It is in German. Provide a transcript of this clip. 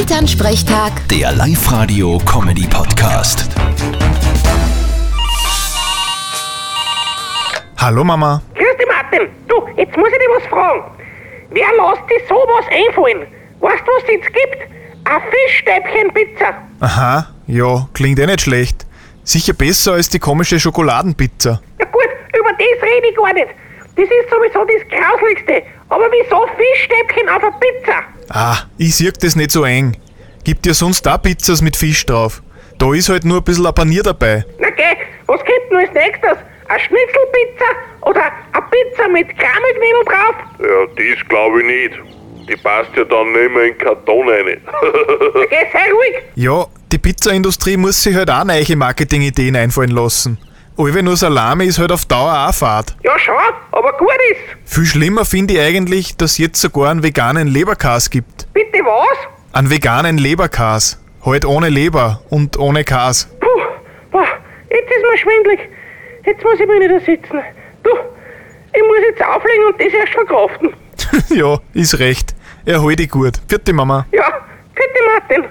Elternsprechtag, Der Live-Radio-Comedy-Podcast. Hallo Mama. Grüß dich, Martin. Du, jetzt muss ich dich was fragen. Wer lässt dir sowas einfallen? Weißt du, was es jetzt gibt? Eine Fischstäbchenpizza. Aha, ja, klingt eh nicht schlecht. Sicher besser als die komische Schokoladenpizza. Ja gut, über das rede ich gar nicht. Das ist sowieso das Grauslichste. Aber wieso Fischstäbchen auf einer Pizza? Ah, ich sieg das nicht so eng. Gibt ja sonst da Pizzas mit Fisch drauf. Da ist halt nur ein bisschen ein Panier dabei. Na geh, was gibt denn als nächstes? Eine Schnitzelpizza oder eine Pizza mit Kramiknebel drauf? Ja, das glaube ich nicht. Die passt ja dann nicht mehr in den Karton rein. Na geh, sei ruhig. Ja, die Pizzaindustrie muss sich halt auch neue Marketingideen einfallen lassen. Alwe nur Salami ist halt auf Dauer auch Fahrt. Ja schon, aber gut ist. Viel schlimmer finde ich eigentlich, dass jetzt sogar einen veganen Leberkäs gibt. Bitte was? Einen veganen Leberkäs. Halt ohne Leber und ohne Käse. Puh, boah, jetzt ist mir schwindlig. Jetzt muss ich mich wieder sitzen. Du, ich muss jetzt auflegen und das erst verkraften. ja, ist recht. Erhol dich gut. Vierte Mama. Ja, bitte Martin.